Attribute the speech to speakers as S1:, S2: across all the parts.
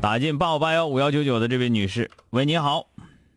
S1: 打进八五八幺五幺九九的这位女士，喂，你好，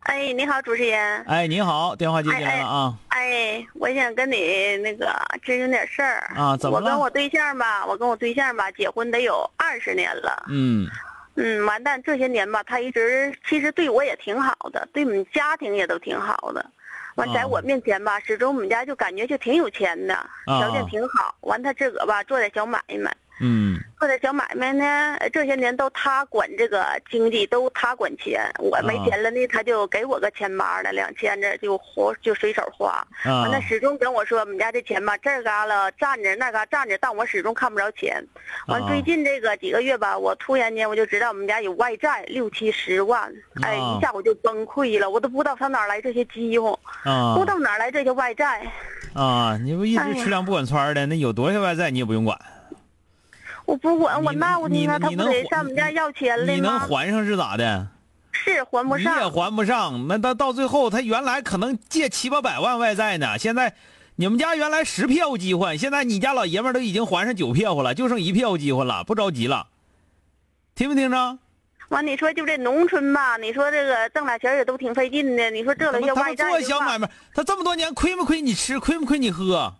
S2: 哎，你好，主持人。
S1: 哎，你好，电话接进来了啊，
S2: 哎，我想跟你那个咨询点事儿
S1: 啊怎么
S2: 我
S1: 了
S2: 跟我对象吧，我跟我对象吧，结婚得有二十年了。
S1: 嗯
S2: 嗯，完蛋，这些年吧，他一直其实对我也挺好的，对我们家庭也都挺好的。完，在
S1: 哦
S2: 我面前吧，始终我们家就感觉就挺有钱的，条件
S1: 啊
S2: 挺好。完，他自个儿吧做点小买卖，
S1: 嗯
S2: 做点小买卖呢，呃这些年都他管这个经济，都他管钱，我没
S1: 啊
S2: 钱了呢，他就给我个千八的两千的，就活就随手花。
S1: 啊
S2: 完了，始终跟我说我们家这钱吧，这儿旮旯站着，那旮旯站着，但我始终看不着钱。完
S1: 啊，
S2: 最近这个几个月吧，我突然间我就知道我们家有外债六七十万，哎，
S1: 啊
S2: 一下我就崩溃了，我都不知道上哪儿来这些饥荒，
S1: 啊
S2: 不知道哪儿来这些外债。
S1: 啊，你不一
S2: 哎
S1: 直
S2: 呀
S1: 吃粮不管穿儿的，那有多少外债你也不用管。
S2: 我不管，我
S1: 你
S2: 那我
S1: 你
S2: 听他
S1: 能
S2: 他
S1: 你
S2: 不
S1: 能
S2: 得
S1: 还
S2: 上我们家要钱来
S1: 你能
S2: 吗？
S1: 还上是咋的？
S2: 是还不
S1: 你也
S2: 上，
S1: 还不上，那到到最后，他原来可能借七八百万外债呢，现在你们家原来十票饥荒，现在你家老爷们儿都已经还上九票了，就剩一票饥荒了，不着急了，听没听着？
S2: 完你说就这农村吧，你说这个挣俩钱也都挺费劲的，你说这
S1: 他
S2: 了
S1: 们
S2: 些
S1: 他
S2: 外
S1: 们
S2: 债
S1: 做
S2: 的
S1: 小
S2: 话
S1: 买卖，他这么多年亏没亏你吃，亏没亏你喝？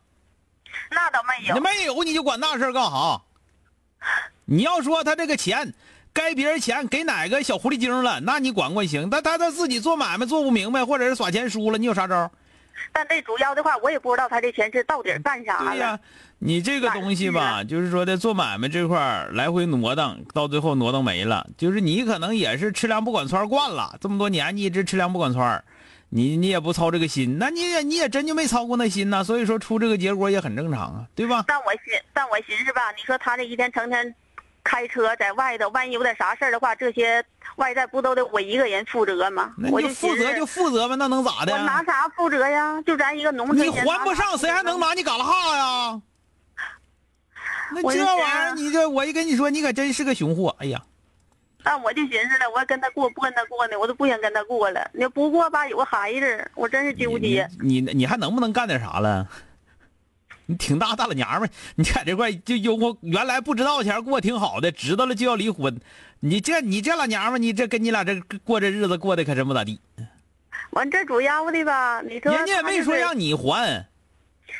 S2: 那倒没有
S1: 你。没有你就管那事儿干哈？你要说他这个钱，该别人钱给哪个小狐狸精了，那你管管行。但他他自己做买卖做不明白，或者是耍钱输了，你有啥招儿？
S2: 但最主要的话，我也不知道他这钱是到底干啥
S1: 对呀、
S2: 了。
S1: 你这个
S2: 哪儿
S1: 东西
S2: 去
S1: 吧，就是说的做买卖这块儿来回挪荡，到最后挪荡没了。就是你可能也是吃粮不管穿儿惯了，这么多年你一直吃粮不管穿儿，你你也不操这个心，那你也你也真就没操过那心呐、所以说出这个结果也很正常啊，对吧？
S2: 但我寻，但我寻思吧，你说他这一天成天开车在外头，万一有点啥事儿的话，这些外债不都得我一个人负责吗
S1: 那？
S2: 我
S1: 你就
S2: 寻
S1: 负
S2: 思，
S1: 责就负责吧，那能咋的
S2: 我拿
S1: 呀？
S2: 啥负责呀？就咱一个农村
S1: 你
S2: 人，
S1: 还不上，谁还能拿
S2: 拿啥负责呢？
S1: 你嘎啦哈呀？那
S2: 我就
S1: 这
S2: 觉
S1: 玩
S2: 得
S1: 意儿，你这我一跟你说，你可真是个熊货！哎呀，
S2: 但我就寻思了，我跟他过不跟他过呢，我都不想跟他过了。你不过吧，有个孩子，我真是
S1: 你
S2: 纠结。
S1: 你你你还能不能干点啥了？ 你挺大大老娘们儿，你在这块就悠我原来不知道前过挺好的，知道了就要离婚。你这你这老娘们儿，你这跟你俩这过这日子过的可真不咋地。
S2: 完这主要的吧，你说
S1: 人家也没说让你还，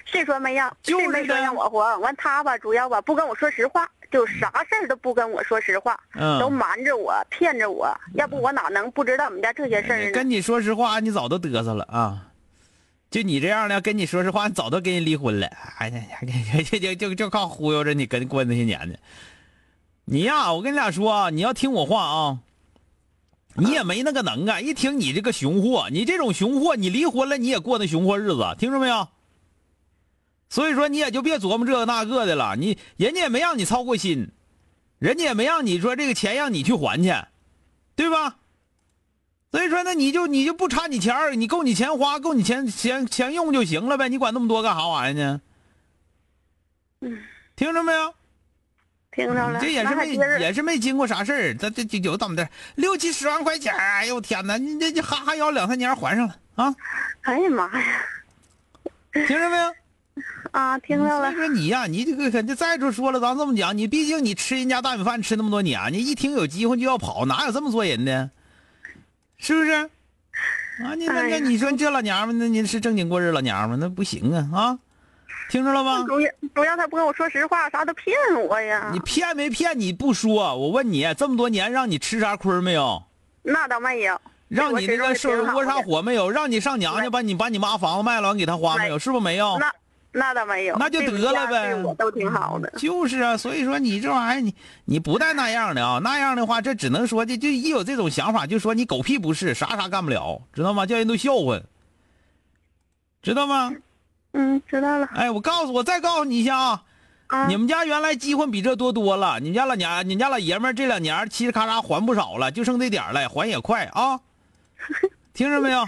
S2: 是说没让，
S1: 就是
S2: 没说
S1: 的
S2: 让我还。完他吧，主要吧不跟我说实话，就啥事儿都不跟我说实话，都
S1: 嗯，
S2: 瞒着我，骗着我。要不我哪能不知道我们家这些事儿呢？
S1: 哎跟你说实话，你早都嘚瑟了啊。就你这样的，跟你说实话，你早都跟人离婚了。哎呀呀， 就就就就靠忽悠着你跟过那些年呢。你呀，我跟你俩说啊，你要听我话啊，你也没那个能啊耐。一听你这个熊货，你这种熊货，你离婚了你也过那熊货日子，听着没有？所以说你也就别琢磨这个那个的了。你人家也没让你操过心，人家也没让你说这个钱让你去还去，对吧？所以说，那你就你就不差你钱儿，你够你钱花，够你钱钱钱用就行了呗，你管那么多干啥玩意儿呢？听着没有？
S2: 听着了，
S1: 这也
S2: 嗯那
S1: 是
S2: 还
S1: 没
S2: 真是
S1: 也是没经过啥事儿，这这这有怎么的？六七十万块钱儿，哎呦我天哪！你这这哈哈腰两三年还上了啊？
S2: 哎呀妈呀！
S1: 听着没有？
S2: 啊，听着
S1: 所
S2: 了
S1: 以，说你呀、你这个肯定再者说了，咱这么讲，你毕竟你吃人家大米饭吃那么多年，你一听有机会就要跑，哪有这么做人的？是不是？啊，你那
S2: 哎
S1: 那
S2: 呀
S1: 你说你这老娘们，那你是正经过日老娘们，那不行啊啊！听着了吗？
S2: 主要主要他不跟我说实话，啥都骗我呀
S1: 你。骗没骗你不说，我问你，这么多年让你吃啥亏没有？
S2: 那倒没有，
S1: 让你那个事儿窝啥
S2: 啥火？
S1: 火没有？让你上娘家把你把你妈房子卖了，完给他花没有？
S2: 没
S1: 是不是没有？
S2: 那那倒没有，
S1: 那就
S2: 这个
S1: 得了
S2: 家
S1: 呗
S2: 对我都挺好的。
S1: 就是啊，所以说你这玩意儿，你你不带那样的啊，那样的话，这只能说就就一有这种想法，就说你狗屁不是，啥啥干不了，知道吗？叫人都笑话，知道吗？
S2: 嗯，知道了。
S1: 哎，我告诉我再告诉你一下啊，
S2: 啊，
S1: 你们家原来积混比这多多了，你们家老娘，你们家老爷们儿这两年嘁哩咔嚓还不少了，就剩这点儿了，还也快啊，听着没有？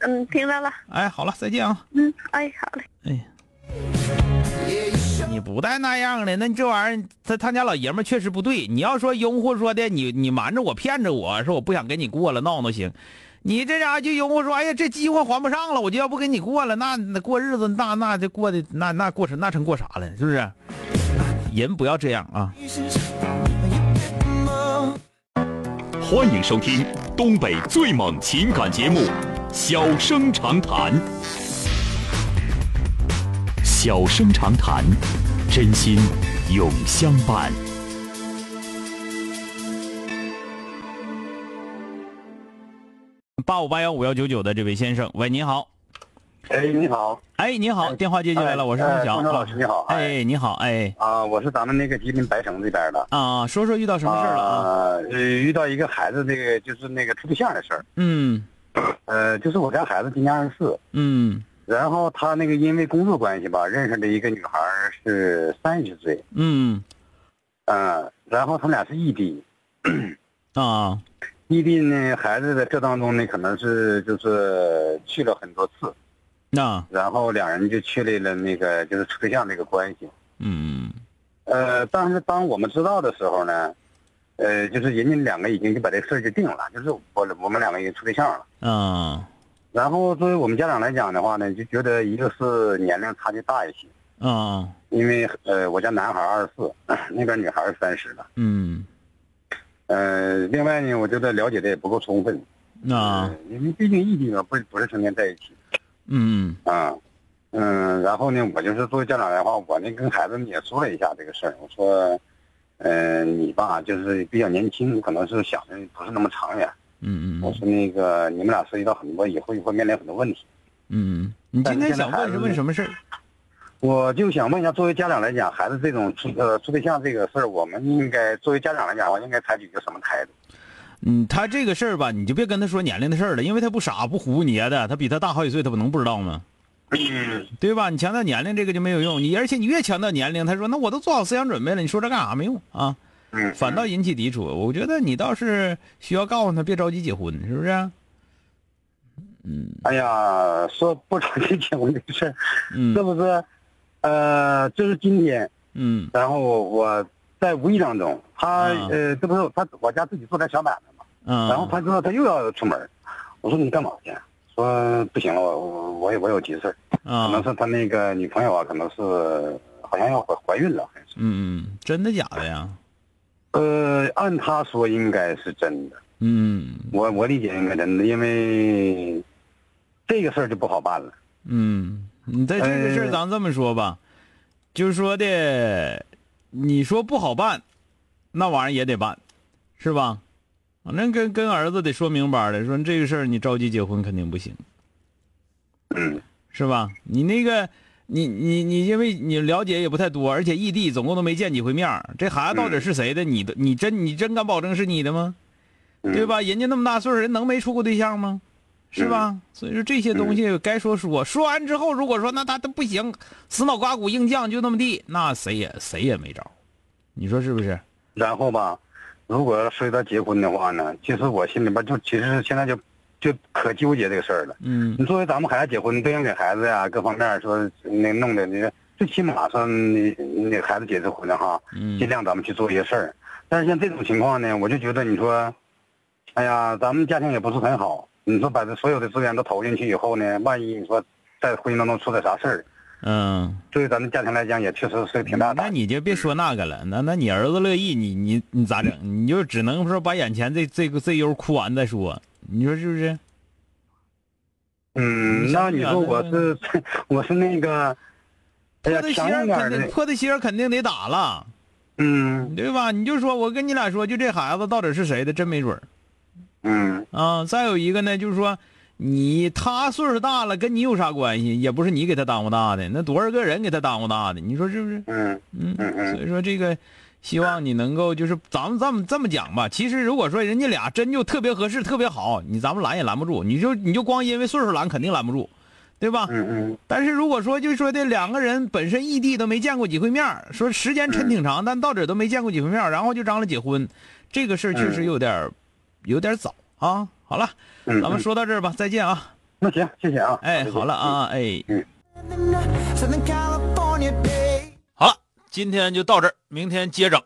S2: 嗯，听到了。
S1: 哎，好了，再见啊。
S2: 嗯，哎，好嘞。
S1: 哎，你不带那样的，那你这玩意儿，他他家老爷们儿确实不对。你要说拥护说的，你你瞒着我骗着我说我不想跟你过了，闹闹行。你这家伙就拥护说，哎呀，这机会还不上了，我就要不跟你过了，那那过日子那那就过的那那过成那成过啥了，是不是？人不要这样啊！
S3: 欢迎收听东北最猛情感节目《小生长谈》。小生长谈，真心永相伴。
S1: 八五八幺五幺九九的这位先生，喂，你好，
S4: 哎，你好
S1: 哎，你好，电话接进来了，
S4: 哎
S1: 我是孟
S4: 哎
S1: 晓，
S4: 孟晓老师你好
S1: 哎，你好，哎，
S4: 啊，我是咱们那个吉林白城这边的。
S1: 啊，说说遇到什么事儿了啊？
S4: 啊？呃，遇到一个孩子，那个就是那个处对象的事儿。
S1: 嗯
S4: 呃，就是我家孩子今年二十四，
S1: 嗯
S4: 然后他那个因为工作关系吧，认识了一个女孩儿是三十岁，
S1: 嗯
S4: 嗯、然后他们俩是异地，
S1: 啊。
S4: 异地呢，孩子在这当中呢，可能是就是去了很多次，
S1: 那
S4: 然后两人就确立了那个就是处对象这个关系。
S1: 嗯
S4: 呃，但是当我们知道的时候呢，呃，就是人家两个已经就把这事儿就定了，就是我我们两个已经处对象了。
S1: 啊
S4: 然后作为我们家长来讲的话呢，就觉得一个是年龄差距大一些，
S1: 啊
S4: 因为呃，我家男孩二十四， 那边女孩是三十了。
S1: 嗯
S4: 呃，另外呢，我觉得了解的也不够充分，
S1: 那
S4: 呃因为毕竟异地嘛，不是不是成天在一起
S1: 嗯
S4: 啊。嗯，然后呢，我就是作为家长的话，我呢跟孩子们也说了一下这个事儿，我说，呃，你吧就是比较年轻，可能是想的不是那么长远。
S1: 嗯
S4: 我
S1: 嗯
S4: 说那个你们俩涉及到很多以后会面临很多问题，
S1: 嗯，你今天想问是问什么事儿？
S4: 我就想问一下，作为家长来讲，孩子这种处呃处对象这个事儿，我们应该作为家长来讲，我应该采取一个什么态度？
S1: 嗯，他这个事儿吧，你就别跟他说年龄的事儿了，因为他不傻不胡捏的，他比他大好几岁，他不能不知道吗？对吧？你强调年龄这个就没有用，你而且你越强调年龄，他说那我都做好思想准备了，你说这干啥没用啊？
S4: 嗯，
S1: 反倒引起抵触。我觉得你倒是需要告诉他别着急结婚，是不是？
S4: 哎呀，说不着 急结婚这个事儿，是
S1: 嗯
S4: 不是？呃，就是今天，
S1: 嗯
S4: 然后我在无意当中，他、
S1: 嗯
S4: 呃，这不是他我家自己做点小买卖嘛，
S1: 嗯，
S4: 然后他说他又要出门儿，我说你干嘛去？说不行了，我我我也我有急事儿，可能
S1: 啊
S4: 是他那个女朋友啊，可能是好像要怀怀孕了，好像是。
S1: 嗯嗯，真的假的呀？
S4: 呃，按他说应该是真的，
S1: 嗯
S4: 我我理解应该真的，因为这个事儿就不好办了。
S1: 嗯，你在这个事儿，
S4: 呃
S1: 咱这么说吧，就是说的，你说不好办，那玩意儿也得办，是吧？反正跟跟儿子得说明白了，说这个事儿你着急结婚肯定不行，
S4: 嗯，
S1: 是吧？你那个，你你你，因为你了解也不太多，而且异地，总共都没见几回面儿这孩子到底是谁的？你的，你真你真敢保证是你的吗？
S4: 嗯
S1: 对？吧？人家那么大岁数，人能没处过对象吗？是吧？
S4: 嗯
S1: 所以说这些东西该说说，说完之后，如果说那他他不行，死脑刮骨硬犟就那么地，那谁也谁也没招，你说是不是？
S4: 然后吧，如果要涉及到结婚的话呢，其实我心里边就其实现在就就可纠结这个事儿了。
S1: 嗯
S4: 你作为咱们孩子结婚，都应给孩子呀、各方面说那弄的，你最起码说你你给孩子结这婚的哈，尽
S1: 嗯
S4: 量咱们去做一些事儿。但是像这种情况呢，我就觉得你说，哎呀，咱们家庭也不是很好。你说把这所有的资源都投进去以后呢，万一你说在婚姻当中出点啥事儿，
S1: 嗯，
S4: 对于咱们家庭来讲也确实是个挺大的
S1: 那
S4: 打击。
S1: 你就别说那个了，那那你儿子乐意，你你你咋整？你就只能说把眼前这这个这忧哭完再说，你说是不是？
S4: 嗯，那你说我是我是那个，哎呀
S1: 破的，心
S4: 强
S1: 儿
S4: 硬点儿
S1: 肯
S4: 的
S1: 定，破的心儿肯定得打了，
S4: 嗯
S1: 对吧？你就说我跟你俩说，就这孩子到底是谁的，真没准儿
S4: 嗯，
S1: 啊。再有一个呢，就是说你他岁数大了，跟你有啥关系？也不是你给他耽误大的，那多少个人给他耽误大的，你说是不是？
S4: 嗯
S1: 嗯
S4: 嗯嗯
S1: 所以说这个，希望你能够就是咱们这么这么讲吧。其实如果说人家俩真就特别合适、特别好，你咱们拦也拦不住，你就你就光因为岁数拦肯定拦不住，对吧？
S4: 嗯嗯
S1: 但是如果说就说的两个人本身异地都没见过几回面儿，说时间
S4: 嗯
S1: 真挺长，但到这都没见过几回面儿，然后就张罗结婚，这个事儿确实有点儿、有点儿早啊。好了，
S4: 嗯，
S1: 咱们说到这儿吧，再见啊！
S4: 那行，谢谢啊，
S1: 哎，
S4: 再见嗯
S1: 好了，啊，哎，
S5: Southern California day.
S1: 好了，今天就到这儿，明天接着。